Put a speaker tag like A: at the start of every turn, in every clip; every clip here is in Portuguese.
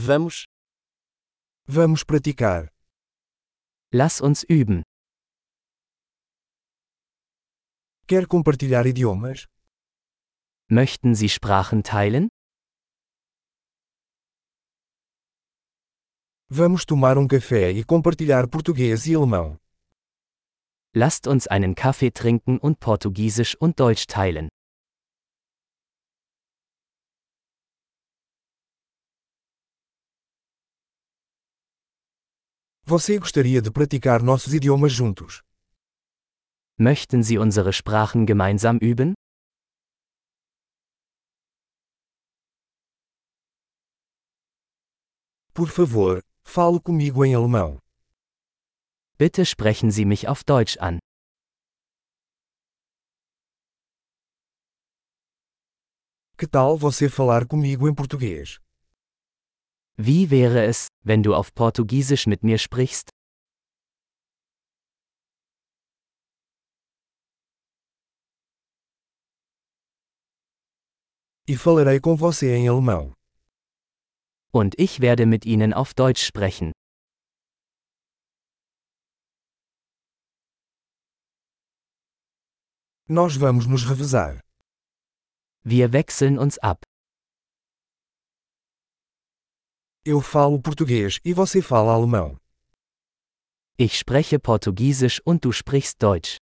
A: Vamos.
B: Vamos praticar.
A: Lass uns üben.
B: Quer compartilhar idiomas?
A: Möchten Sie Sprachen teilen?
B: Vamos tomar um café e compartilhar português e alemão.
A: Lasst uns einen Kaffee trinken und Portugiesisch und Deutsch teilen.
B: Você gostaria de praticar nossos idiomas juntos?
A: Möchten Sie unsere Sprachen gemeinsam üben?
B: Por favor, fale comigo em alemão.
A: Bitte sprechen Sie mich auf Deutsch an.
B: Que tal você falar comigo em português?
A: Wie wäre es, wenn du auf Portugiesisch mit mir sprichst?
B: E falarei com você em alemão.
A: Und ich werde mit ihnen auf Deutsch sprechen.
B: Nós vamos nos revezar.
A: Wir wechseln uns ab.
B: Eu falo português e você fala alemão.
A: Ich spreche Portugiesisch und du sprichst Deutsch.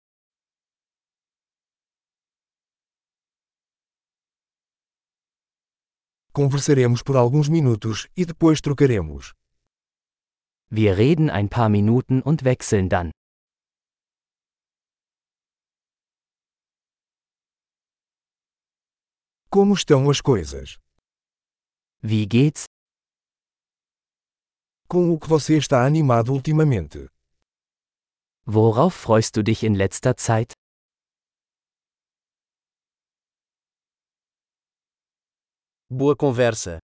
B: Conversaremos por alguns minutos e depois trocaremos.
A: Wir reden ein paar Minuten und wechseln dann.
B: Como estão as coisas?
A: Wie geht's?
B: Com o que você está animado ultimamente?
A: Worauf freust du dich in letzter Zeit?
C: Boa conversa.